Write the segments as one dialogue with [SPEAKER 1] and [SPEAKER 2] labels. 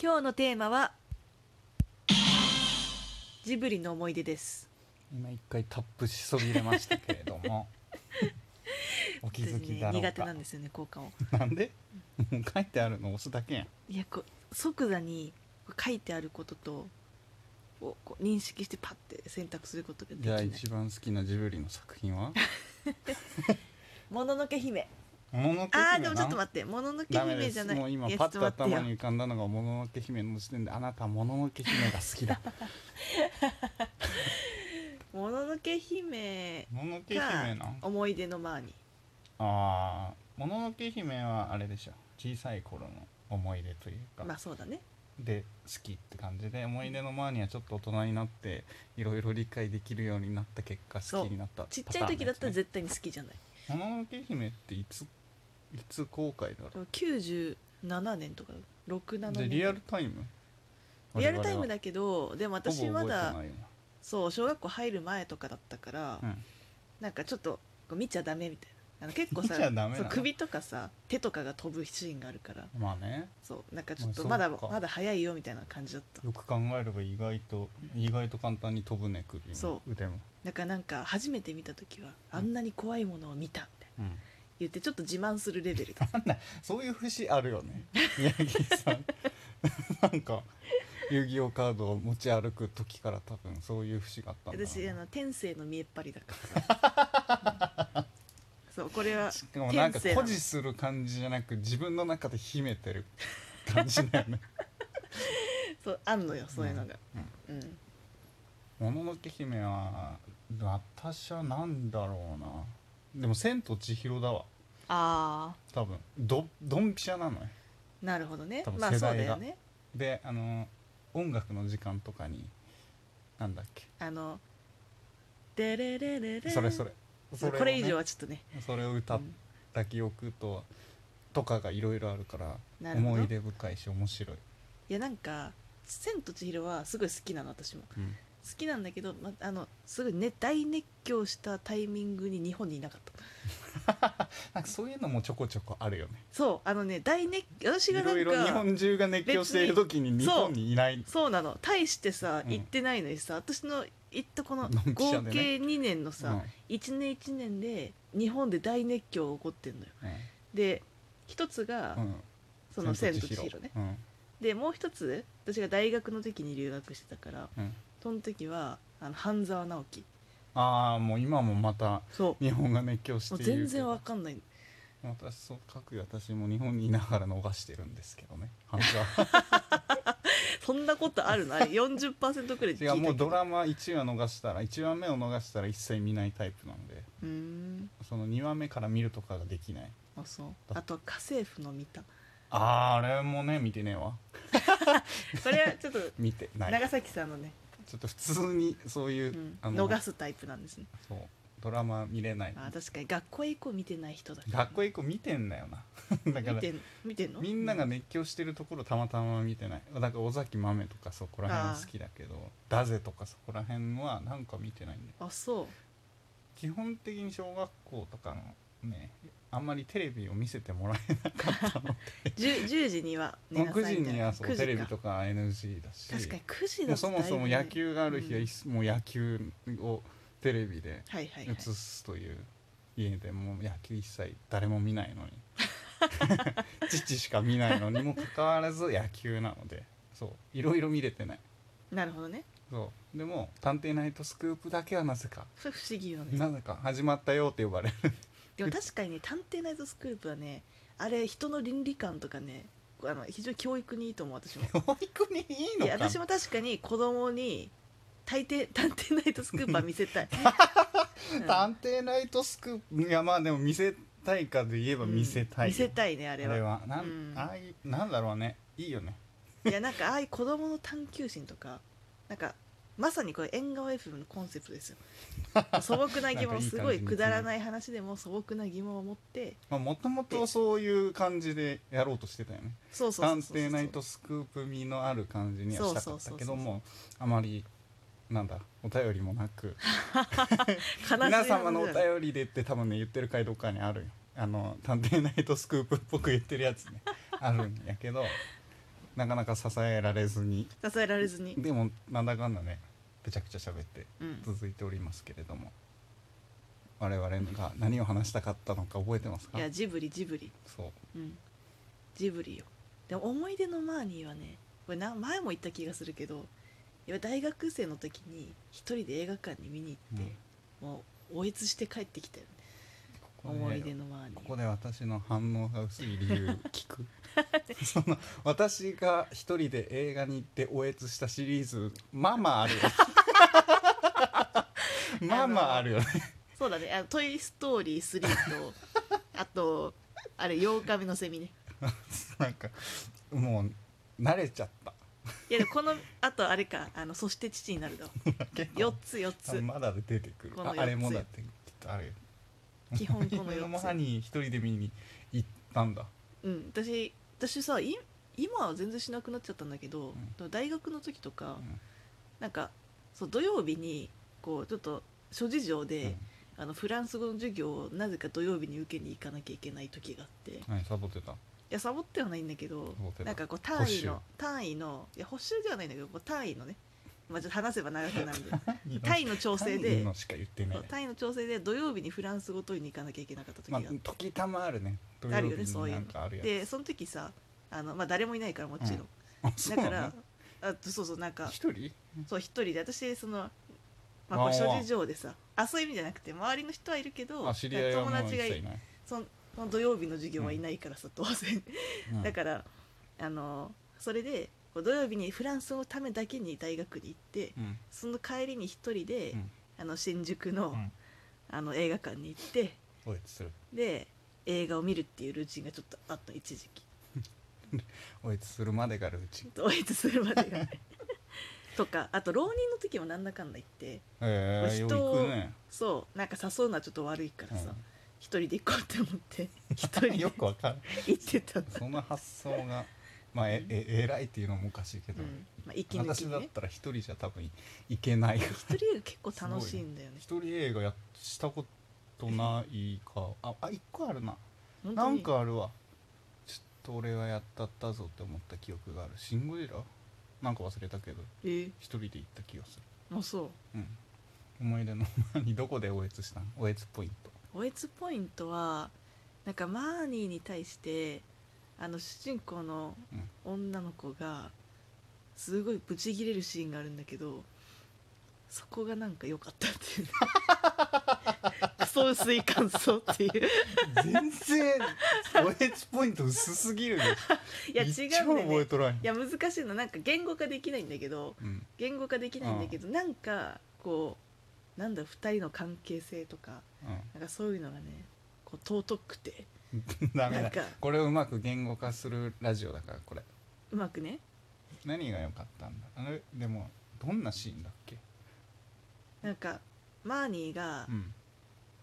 [SPEAKER 1] 今日のテーマはジブリの思い出です
[SPEAKER 2] 今一回タップしそびれましたけれども お気
[SPEAKER 1] 私
[SPEAKER 2] づきだ
[SPEAKER 1] ね
[SPEAKER 2] ろうか
[SPEAKER 1] 苦手なんですよね交換を
[SPEAKER 2] なんでもう書いてあるの押すだけやん
[SPEAKER 1] いやこう即座に書いてあることとをこう認識してパッて選択することができ
[SPEAKER 2] じゃ
[SPEAKER 1] な
[SPEAKER 2] あ
[SPEAKER 1] い
[SPEAKER 2] 一番好きなジブリの作 品は
[SPEAKER 1] 「もののけ姫」
[SPEAKER 2] もののけ姫
[SPEAKER 1] あ
[SPEAKER 2] な
[SPEAKER 1] ーでもちょっと待って「もののけ
[SPEAKER 2] ダメ
[SPEAKER 1] 姫」
[SPEAKER 2] で
[SPEAKER 1] じ
[SPEAKER 2] す
[SPEAKER 1] ゃない
[SPEAKER 2] もう今
[SPEAKER 1] いや
[SPEAKER 2] パッ
[SPEAKER 1] ち
[SPEAKER 2] と
[SPEAKER 1] ょっと
[SPEAKER 2] 頭
[SPEAKER 1] 待って
[SPEAKER 2] に
[SPEAKER 1] よ
[SPEAKER 2] 浮かんだのがもののけ姫の時点であなたもののけ姫が好 きだ
[SPEAKER 1] もののけ姫
[SPEAKER 2] もののけ姫
[SPEAKER 1] が
[SPEAKER 2] なん
[SPEAKER 1] 思い出のマーニ
[SPEAKER 2] あーもののけ姫はあれでしょ小さい頃の思い出というか、
[SPEAKER 1] まあそうだね
[SPEAKER 2] で好きって感じで思い出の前にはちょっと大人になっていろいろ理解できるようになった結果
[SPEAKER 1] そう
[SPEAKER 2] 好きになった
[SPEAKER 1] ちっちゃい時だったら
[SPEAKER 2] 絶
[SPEAKER 1] 絶対に好きじゃない
[SPEAKER 2] 対もののけ姫っていついつ公開だろう
[SPEAKER 1] 97年とか67
[SPEAKER 2] で
[SPEAKER 1] 年
[SPEAKER 2] リアルタイム
[SPEAKER 1] リアルタイム
[SPEAKER 2] け
[SPEAKER 1] だけどでも私まだそう小学校入る前とかだったから、
[SPEAKER 2] うん
[SPEAKER 1] なんかちょっとこう見ちゃダメみたいなあの結構さ
[SPEAKER 2] 見ちゃダメな
[SPEAKER 1] そ
[SPEAKER 2] の
[SPEAKER 1] う首とかさ手とかが飛ぶシーンがあるから
[SPEAKER 2] まあね
[SPEAKER 1] そうなんかちょっと
[SPEAKER 2] ま
[SPEAKER 1] ま
[SPEAKER 2] あ
[SPEAKER 1] だ
[SPEAKER 2] そうか
[SPEAKER 1] まだ早いよみたいな感じだった
[SPEAKER 2] よく考えれば意外と意外と簡単に飛ぶね首も
[SPEAKER 1] そ
[SPEAKER 2] 腕も、
[SPEAKER 1] だからなんか初めて見た時はあんなに怖いものを見たみたいな
[SPEAKER 2] うん、
[SPEAKER 1] 言ってちょっと自慢するレベルだった
[SPEAKER 2] そういう節ある よね宮城さん なんか遊戯王カードを持ち歩く時から多分そういう節があったんだろうな
[SPEAKER 1] 私あの天性の見えっ張りだから さそうこれは
[SPEAKER 2] しかもなん
[SPEAKER 1] 天
[SPEAKER 2] か
[SPEAKER 1] 性なの
[SPEAKER 2] 誇示する感じじゃなく自分の中で秘めてる感じだよね
[SPEAKER 1] そうあんのよ そういうのが、うん
[SPEAKER 2] もののけ姫は私はなんだろうなでも「千と千尋」だわ
[SPEAKER 1] あ
[SPEAKER 2] 多分どドンピシャなのよ
[SPEAKER 1] あなるほどね
[SPEAKER 2] 多分
[SPEAKER 1] まあそう
[SPEAKER 2] 世
[SPEAKER 1] だ
[SPEAKER 2] 代
[SPEAKER 1] よ
[SPEAKER 2] が
[SPEAKER 1] ね
[SPEAKER 2] であの音楽の時間とかになんだっけ
[SPEAKER 1] あの「デレレレレ」
[SPEAKER 2] それそれ
[SPEAKER 1] そう
[SPEAKER 2] そをね
[SPEAKER 1] これ以上はちょっとね
[SPEAKER 2] それを歌った記憶と、とかがいろいろあるから
[SPEAKER 1] なるほど
[SPEAKER 2] 思い出深いし面白い、
[SPEAKER 1] いやなんか「千と千尋」はすごい好きなの私も好
[SPEAKER 2] うん
[SPEAKER 1] きなんだけど、ま、あのすごい、ね、大熱狂したタイミングに日本にいなかった
[SPEAKER 2] なんかそういうのもちょこちょこあるよね
[SPEAKER 1] そうあのね大熱私
[SPEAKER 2] い
[SPEAKER 1] がなん
[SPEAKER 2] ろいろ日
[SPEAKER 1] か
[SPEAKER 2] 本中が熱狂している時に日本にいない
[SPEAKER 1] そうなの大してさ
[SPEAKER 2] うん
[SPEAKER 1] 行ってないのにさ、私の行ったこの
[SPEAKER 2] ドンピシ
[SPEAKER 1] 合
[SPEAKER 2] ャでね
[SPEAKER 1] 計2年の
[SPEAKER 2] うん
[SPEAKER 1] さ、一1年1年で日本で大熱狂が起こってんのよで一つが、
[SPEAKER 2] うんうん
[SPEAKER 1] その「千と千尋」ね
[SPEAKER 2] うん
[SPEAKER 1] でもう一つ私が大学の時に留学してたから
[SPEAKER 2] うん、
[SPEAKER 1] その時はあの半沢直樹
[SPEAKER 2] ああもう今もまた
[SPEAKER 1] そう
[SPEAKER 2] 日本が熱狂して
[SPEAKER 1] も
[SPEAKER 2] いうる
[SPEAKER 1] 全然わ
[SPEAKER 2] わ
[SPEAKER 1] かんない
[SPEAKER 2] 私そう各位私も日本にいながら逃してるんですけどね 半沢
[SPEAKER 1] そんなことあるのあれ40%くらい聞い
[SPEAKER 2] 違
[SPEAKER 1] たけど
[SPEAKER 2] うもうドラマ1話逃したら1話目を逃したら一切見ないタイプなので
[SPEAKER 1] うーん
[SPEAKER 2] その2話目から見るとかができない
[SPEAKER 1] あそうあとは家政婦の見た
[SPEAKER 2] あーあれもね見てねえわ
[SPEAKER 1] これはちょっと
[SPEAKER 2] 見てない
[SPEAKER 1] 長崎さんのね、
[SPEAKER 2] ちょっと普通にそういう、
[SPEAKER 1] うん、
[SPEAKER 2] あの
[SPEAKER 1] 逃すタイプなんですね
[SPEAKER 2] そうドラマ見れない
[SPEAKER 1] あ確かに学校へ行こう見てない人だから
[SPEAKER 2] 学校以降見てんだよな だから
[SPEAKER 1] 見てん見てんの
[SPEAKER 2] みんなが熱狂してるところたまたま見てないだから尾崎豆とかそこら辺は好きだけどダゼとかそこら辺はなんか見てないんだよ
[SPEAKER 1] うんあそう
[SPEAKER 2] 基本的に小学校とかのねあんまりテレビを見せてもらえなかったの
[SPEAKER 1] 10, 10時には 寝な
[SPEAKER 2] 9
[SPEAKER 1] さい
[SPEAKER 2] 時
[SPEAKER 1] みたい
[SPEAKER 2] に
[SPEAKER 1] な
[SPEAKER 2] はそうテレビ
[SPEAKER 1] か
[SPEAKER 2] とか NG だし
[SPEAKER 1] 確かに9時
[SPEAKER 2] も
[SPEAKER 1] だ
[SPEAKER 2] う
[SPEAKER 1] と
[SPEAKER 2] そ
[SPEAKER 1] だいぶ
[SPEAKER 2] もそも野球がある日は、
[SPEAKER 1] うん
[SPEAKER 2] いっもう野球をテレビで
[SPEAKER 1] はいはい、はい
[SPEAKER 2] 映、すという家でもう野球一切誰も見ないのに父しか見ないのにもかかわらず野球なのでそういろいろ見れてない
[SPEAKER 1] なるほどね
[SPEAKER 2] そうでも「探偵ナイトスクープ」だけはなぜか
[SPEAKER 1] それ不思議よね
[SPEAKER 2] なぜか始まったよって呼ばれる
[SPEAKER 1] でも確かにね「探偵ナイトスクープ」はねあれ人の倫理観とかねあの非常に教育にいいと思う 私も
[SPEAKER 2] 教育にいい
[SPEAKER 1] い
[SPEAKER 2] の
[SPEAKER 1] や
[SPEAKER 2] か
[SPEAKER 1] 私も確かに子供に大抵探偵ナイトスクープ は見せたい、うん
[SPEAKER 2] 探偵ナイトスクープいやまあでも見せたいかで言えば見せたいよ、
[SPEAKER 1] 見せたいねあ
[SPEAKER 2] あ
[SPEAKER 1] れ
[SPEAKER 2] れ
[SPEAKER 1] は
[SPEAKER 2] はなん、
[SPEAKER 1] うん
[SPEAKER 2] ああいうなんだろうねいいよね
[SPEAKER 1] いやなんかああいう子供の探求心とかなんかまさにこれ縁側 FM のコンセプト ですよ素朴な疑
[SPEAKER 2] な
[SPEAKER 1] 問
[SPEAKER 2] んかいい感じ
[SPEAKER 1] すごいくだらない話でも素朴な疑問を持って
[SPEAKER 2] まあもともとそういう感じでやろうとしてたよね
[SPEAKER 1] そうそうそう
[SPEAKER 2] 探
[SPEAKER 1] そうそう
[SPEAKER 2] 偵ナイトスクープ味のある感じにはしたかったけどもあまりなんだお便りもなく
[SPEAKER 1] 悲しい話
[SPEAKER 2] 皆様のお
[SPEAKER 1] だ
[SPEAKER 2] 便
[SPEAKER 1] ね
[SPEAKER 2] りでって多分ね言ってる回どっかに あるよあの探偵ナイトスクープっぽく言ってるやつねあるんやけどなかなか支えられずに
[SPEAKER 1] 支えられずに、
[SPEAKER 2] でもなんだかんだねぺちゃくちゃ喋って
[SPEAKER 1] うん、
[SPEAKER 2] 続いておりますけれども我々が何を話したかったのか覚えてますか
[SPEAKER 1] いやジブリジブリ
[SPEAKER 2] そう
[SPEAKER 1] うんジブリよでも思い出のマーニーはねこれな前も言った気がするけどいや大学生の時に一人で映画館に見に行って、もうおえつして帰ってきたよね
[SPEAKER 2] ここ
[SPEAKER 1] 思い出
[SPEAKER 2] ね
[SPEAKER 1] のマーニー
[SPEAKER 2] ここで私の反応が薄い理由聞くその私が一人で映画に行っておえつしたシリーズまあまあある よまあまああるよね
[SPEAKER 1] そうだねあの「トイ・ストーリー3と」 あとあれ8日目のセミね
[SPEAKER 2] なんかもう慣れちゃった
[SPEAKER 1] いやでもこのあとあれかあの「そして父になるだわ」
[SPEAKER 2] 結構
[SPEAKER 1] 4つ4
[SPEAKER 2] あ
[SPEAKER 1] つ
[SPEAKER 2] まだ出てくる
[SPEAKER 1] この
[SPEAKER 2] あ
[SPEAKER 1] 四つ
[SPEAKER 2] あれもだってきっとあるよ
[SPEAKER 1] 基本こ の
[SPEAKER 2] 今の
[SPEAKER 1] 4
[SPEAKER 2] ハ
[SPEAKER 1] つ
[SPEAKER 2] ニー一人で見に行ったんだ
[SPEAKER 1] うん私私さい今は全然しなくなっちゃったんだけど、
[SPEAKER 2] ん
[SPEAKER 1] でも大学の時とか、
[SPEAKER 2] うん
[SPEAKER 1] なんかそう土曜日にこうちょっと諸事情で、あのフランス語の授業をなぜか土曜日に受けに行かなきゃいけない時があってい
[SPEAKER 2] 何サボってた
[SPEAKER 1] やサボってはないんだけど
[SPEAKER 2] サボってた
[SPEAKER 1] なんかこう単位
[SPEAKER 2] 補
[SPEAKER 1] の単位のいや補習ではないんだけどこう単位のね、まあ、ちょっと話せば長くなるん で単位の調整
[SPEAKER 2] 単位
[SPEAKER 1] で
[SPEAKER 2] のしか言ってない
[SPEAKER 1] そう単位の調整で土曜日にフランス語取りに行かなきゃいけなかった時が
[SPEAKER 2] ま
[SPEAKER 1] あ
[SPEAKER 2] あ
[SPEAKER 1] って、
[SPEAKER 2] 時たまあるね土
[SPEAKER 1] ある
[SPEAKER 2] 曜
[SPEAKER 1] よね
[SPEAKER 2] 日
[SPEAKER 1] そう
[SPEAKER 2] に
[SPEAKER 1] いう
[SPEAKER 2] な
[SPEAKER 1] の
[SPEAKER 2] んかあるや
[SPEAKER 1] でその時さあの、まあ、誰もいないからもちろん、だ
[SPEAKER 2] つあそう
[SPEAKER 1] か
[SPEAKER 2] な
[SPEAKER 1] ら
[SPEAKER 2] の
[SPEAKER 1] あとそうそうなんか
[SPEAKER 2] 一人
[SPEAKER 1] そう一人で私そのまあこ
[SPEAKER 2] あ
[SPEAKER 1] う
[SPEAKER 2] ー
[SPEAKER 1] 諸事情でさあそういう意味じゃなくて周りの人はいるけど
[SPEAKER 2] あ知り合いはもう
[SPEAKER 1] 友
[SPEAKER 2] 一
[SPEAKER 1] 達
[SPEAKER 2] 切
[SPEAKER 1] が
[SPEAKER 2] い
[SPEAKER 1] い
[SPEAKER 2] ない、
[SPEAKER 1] そのその土曜日の授業はいないからさ、当然
[SPEAKER 2] うん
[SPEAKER 1] だからあのそれでこう土曜日にフランスのためだけに大学に行って
[SPEAKER 2] うん
[SPEAKER 1] その帰りに一人で、
[SPEAKER 2] うん
[SPEAKER 1] あの新宿の,、
[SPEAKER 2] うん
[SPEAKER 1] あの映画館に行って
[SPEAKER 2] おえつする
[SPEAKER 1] で映画を見るっていうルーチンがちょっとあった一時期
[SPEAKER 2] おえつするまでがルーチン
[SPEAKER 1] ドイツするまで がとかあと浪人の時もなんだかんだ言って
[SPEAKER 2] ええー、よ
[SPEAKER 1] 人を
[SPEAKER 2] く行くね
[SPEAKER 1] そうなんか誘うのはちょっと悪いからさ
[SPEAKER 2] うん
[SPEAKER 1] 一、人で行こうって思 って一人で
[SPEAKER 2] よくわかる
[SPEAKER 1] 行ってたんだ、
[SPEAKER 2] その発想 がまあええ偉いっていうのもおかしいけ
[SPEAKER 1] う
[SPEAKER 2] ど、
[SPEAKER 1] んまあ、息抜き
[SPEAKER 2] 私
[SPEAKER 1] に
[SPEAKER 2] だっ
[SPEAKER 1] ね
[SPEAKER 2] たら一人じゃ多分行けないから
[SPEAKER 1] 一人が結構楽しいんだよね
[SPEAKER 2] 一人映画やっしたことないかああ一個あるな
[SPEAKER 1] 本当
[SPEAKER 2] な
[SPEAKER 1] に
[SPEAKER 2] んかあるわちょっと俺はやったったぞって思った記憶があるシン・ゴジラなんか忘れたけど
[SPEAKER 1] えー、
[SPEAKER 2] 一人で行った気がする
[SPEAKER 1] もうそ
[SPEAKER 2] うん思い出の前にどこでおえつしたのおえつポイント
[SPEAKER 1] うおえつポイントはなんかマーニーに対してあの主人公の
[SPEAKER 2] うん
[SPEAKER 1] 女の子がすごいブチギレるシーンがあるんだけどそこがなんか良かったっていうク ソ薄い感想っていう
[SPEAKER 2] 全然おえつポイント薄すぎるでし
[SPEAKER 1] いや違
[SPEAKER 2] 一
[SPEAKER 1] うんだ
[SPEAKER 2] 応
[SPEAKER 1] よ
[SPEAKER 2] 覚
[SPEAKER 1] ね
[SPEAKER 2] えとらん
[SPEAKER 1] いや難しいのなんか言語化できないんだけど
[SPEAKER 2] うん
[SPEAKER 1] 言語化できないんだけど、なんかこうなんだ2人の関係性とかなんかそういうのがねこう尊くて
[SPEAKER 2] うんダメ
[SPEAKER 1] なん
[SPEAKER 2] だ
[SPEAKER 1] か
[SPEAKER 2] これをうまく言語化するラジオだからこれ
[SPEAKER 1] うまくね
[SPEAKER 2] 何が良かったんだあれでもどんなシーンだっけ
[SPEAKER 1] なんかマーニーが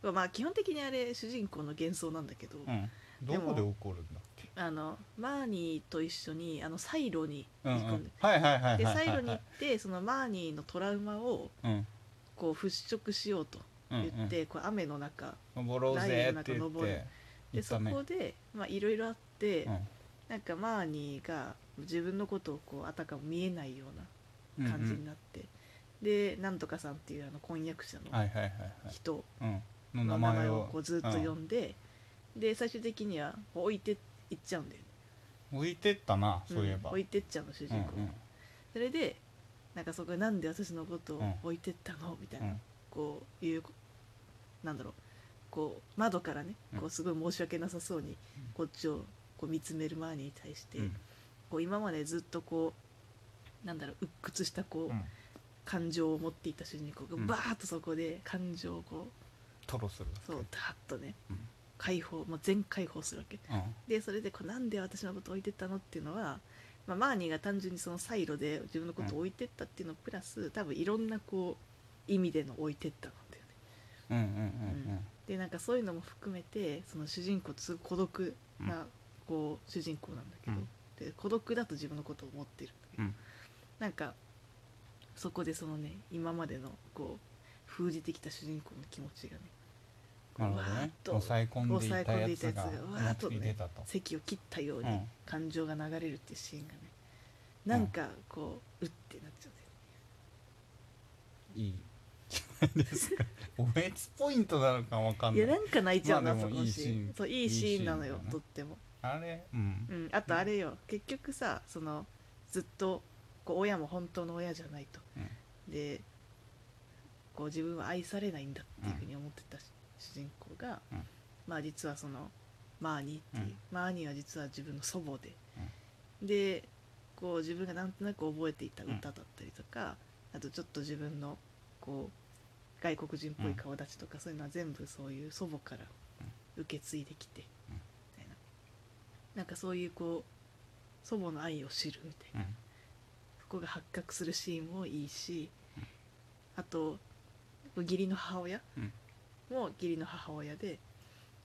[SPEAKER 2] う、ん、
[SPEAKER 1] まあ基本的にあれ主人公の幻想なんだけど、
[SPEAKER 2] うん、ど
[SPEAKER 1] でも
[SPEAKER 2] こで起こるんだっけ
[SPEAKER 1] あのマーニーと一緒にあのサイロに
[SPEAKER 2] う
[SPEAKER 1] 行
[SPEAKER 2] ん
[SPEAKER 1] く
[SPEAKER 2] うん
[SPEAKER 1] だ、
[SPEAKER 2] んはいはいはいはい
[SPEAKER 1] で
[SPEAKER 2] は
[SPEAKER 1] サ
[SPEAKER 2] い
[SPEAKER 1] イロに
[SPEAKER 2] は
[SPEAKER 1] 行っ
[SPEAKER 2] い
[SPEAKER 1] てそのマーニーのトラウマを
[SPEAKER 2] うん
[SPEAKER 1] こう払拭しようと
[SPEAKER 2] うんう
[SPEAKER 1] 言
[SPEAKER 2] ん
[SPEAKER 1] って、こう雨の中
[SPEAKER 2] 登ろうぜって
[SPEAKER 1] ライ
[SPEAKER 2] 言
[SPEAKER 1] オンな
[SPEAKER 2] っ
[SPEAKER 1] んか登る
[SPEAKER 2] て
[SPEAKER 1] で
[SPEAKER 2] 行っ
[SPEAKER 1] そ
[SPEAKER 2] たね
[SPEAKER 1] こでまあいろいろあって、
[SPEAKER 2] うん
[SPEAKER 1] なんかマーニーが自分のことをこうあたかも見えないような感じになって、でなんとかさんっていうあの婚約者
[SPEAKER 2] うんうん、
[SPEAKER 1] の
[SPEAKER 2] はいはいはい
[SPEAKER 1] 人
[SPEAKER 2] はい、う
[SPEAKER 1] の
[SPEAKER 2] ん、の
[SPEAKER 1] 名
[SPEAKER 2] 名
[SPEAKER 1] 前
[SPEAKER 2] 前
[SPEAKER 1] を
[SPEAKER 2] を
[SPEAKER 1] こうずっと呼んで、で最終的には置いていっちゃうんだよね、
[SPEAKER 2] 置いてったなそういえ
[SPEAKER 1] ん
[SPEAKER 2] ば、
[SPEAKER 1] 置いてっちゃうの主人公が、
[SPEAKER 2] うんうん
[SPEAKER 1] それでなんかそこでなんで私のことを
[SPEAKER 2] うん
[SPEAKER 1] 置いてったのみたいな、
[SPEAKER 2] うん
[SPEAKER 1] こういうなんだろうこう窓からね
[SPEAKER 2] うん
[SPEAKER 1] こうすごい申し訳なさそうに
[SPEAKER 2] うん
[SPEAKER 1] こっちをこう見つめるマーニーに対して、
[SPEAKER 2] うん
[SPEAKER 1] こう今までずっとこうなんだろう鬱屈したこう、
[SPEAKER 2] うん、
[SPEAKER 1] 感情を持っていた主人公
[SPEAKER 2] うん
[SPEAKER 1] がバーッとそこで感情をこ
[SPEAKER 2] トロするだ
[SPEAKER 1] う
[SPEAKER 2] け
[SPEAKER 1] そうダーッとね
[SPEAKER 2] うん
[SPEAKER 1] 解放もう全解放するわけ
[SPEAKER 2] うん
[SPEAKER 1] でそれでこうなんで私のこと置いてったのっていうのは、まあ、マーニーが単純にそのサイロで自分のことを置いてったっていうのプラス多分いろんなこう意味での置いてったのだよね
[SPEAKER 2] うんうん
[SPEAKER 1] でなんかそういうのも含めてその主人公ってすごい孤独なこう主人公なんだけど、
[SPEAKER 2] うん
[SPEAKER 1] で孤独だと自分のことを思ってるんだけど、
[SPEAKER 2] うん
[SPEAKER 1] なんかそこでそのね今までのこう封じてきた主人公の気持ちがね
[SPEAKER 2] うんうんなるほどね抑え込んでいたやつが
[SPEAKER 1] 抑え込んでいたやつがわーっとね
[SPEAKER 2] 祭り出たと、
[SPEAKER 1] 席を切ったよう
[SPEAKER 2] う
[SPEAKER 1] に
[SPEAKER 2] ん
[SPEAKER 1] 感情が流れるっていうシーンがね、なんかこううってなっちゃうんだよ
[SPEAKER 2] いいじゃないですか おえつポイントなのかわかん
[SPEAKER 1] い
[SPEAKER 2] な
[SPEAKER 1] や
[SPEAKER 2] い
[SPEAKER 1] なんか泣いちゃうな、
[SPEAKER 2] まあ
[SPEAKER 1] そ
[SPEAKER 2] でも
[SPEAKER 1] の
[SPEAKER 2] いい
[SPEAKER 1] シ
[SPEAKER 2] シ
[SPEAKER 1] ー
[SPEAKER 2] ー
[SPEAKER 1] ン
[SPEAKER 2] ン
[SPEAKER 1] そういいシーンなのよ
[SPEAKER 2] いいシーンだよね
[SPEAKER 1] とっても、
[SPEAKER 2] あれうん
[SPEAKER 1] うん、あとあれよ、結局さそのずっとこう親も本当の親じゃないと、でこう自分は愛されないんだっていうふうに思ってたし主人公が、
[SPEAKER 2] うん
[SPEAKER 1] まあ実はそのマーニーっていう、
[SPEAKER 2] うん
[SPEAKER 1] マーニーは実は自分の祖母で、でこう自分がなんとなく覚えていた歌だったりとか、あとちょっと自分のこう外国人っぽい顔立ちとかそういうのは全部そういう祖母から受け継いできて、
[SPEAKER 2] うん
[SPEAKER 1] みたいななんかそういうこう祖母の愛を知るみたいな。
[SPEAKER 2] うん
[SPEAKER 1] そこが発覚するシーンもいいしあと義理の母親
[SPEAKER 2] うん
[SPEAKER 1] も義理の母親で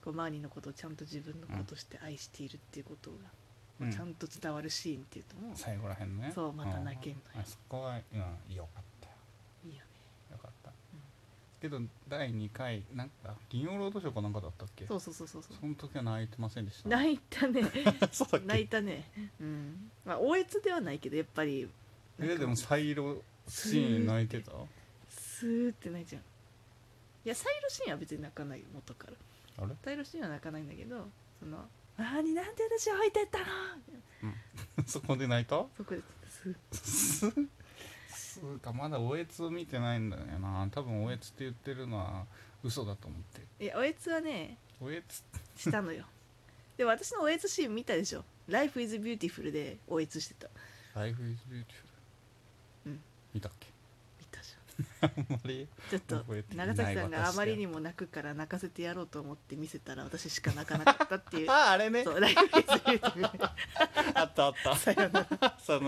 [SPEAKER 1] こうマーニーのことをちゃんと自分の子として愛しているっていうことが、
[SPEAKER 2] うん
[SPEAKER 1] ちゃんと伝わるシーンっていうのも
[SPEAKER 2] 最後らへんね
[SPEAKER 1] そうまた泣けんのよ
[SPEAKER 2] うんあそこは、うん、よかったよ
[SPEAKER 1] いいよね
[SPEAKER 2] よかった、けど第2回なんか金曜ロードショーかなんかだったっけ
[SPEAKER 1] そうそうそうそうそう
[SPEAKER 2] その時は泣いてませんでした
[SPEAKER 1] 泣いた ね
[SPEAKER 2] そうだっけ
[SPEAKER 1] 泣いたねうんまあ大悦ではないけどやっぱりなんか
[SPEAKER 2] えでもサイロシーン泣いてた
[SPEAKER 1] スーって泣いちゃういやサイロシーンは別に泣かないよ元から
[SPEAKER 2] あれ
[SPEAKER 1] サイロシーンは泣かないんだけどその「マーニーなんで私を置いてったの!」
[SPEAKER 2] そこで泣いた
[SPEAKER 1] そこでスー
[SPEAKER 2] すそうかまだおえつを見てないんだよな多分おえつって言ってるのは嘘だと思って
[SPEAKER 1] いやおえつはね
[SPEAKER 2] おえつ
[SPEAKER 1] したのよ でも私のおえつシーン見たでしょ「Life is Beautiful」でおえつしてた
[SPEAKER 2] Life is beautiful
[SPEAKER 1] うん
[SPEAKER 2] 見たっけ
[SPEAKER 1] 見たじゃ
[SPEAKER 2] あんまり
[SPEAKER 1] んちょっと
[SPEAKER 2] 覚えていない
[SPEAKER 1] 長崎さんがあまりにも泣くから泣かせてやろうと思って見せたら私しか泣か なかったっていう
[SPEAKER 2] ああれね
[SPEAKER 1] そう「Life is Beautiful
[SPEAKER 2] あったあったさよなら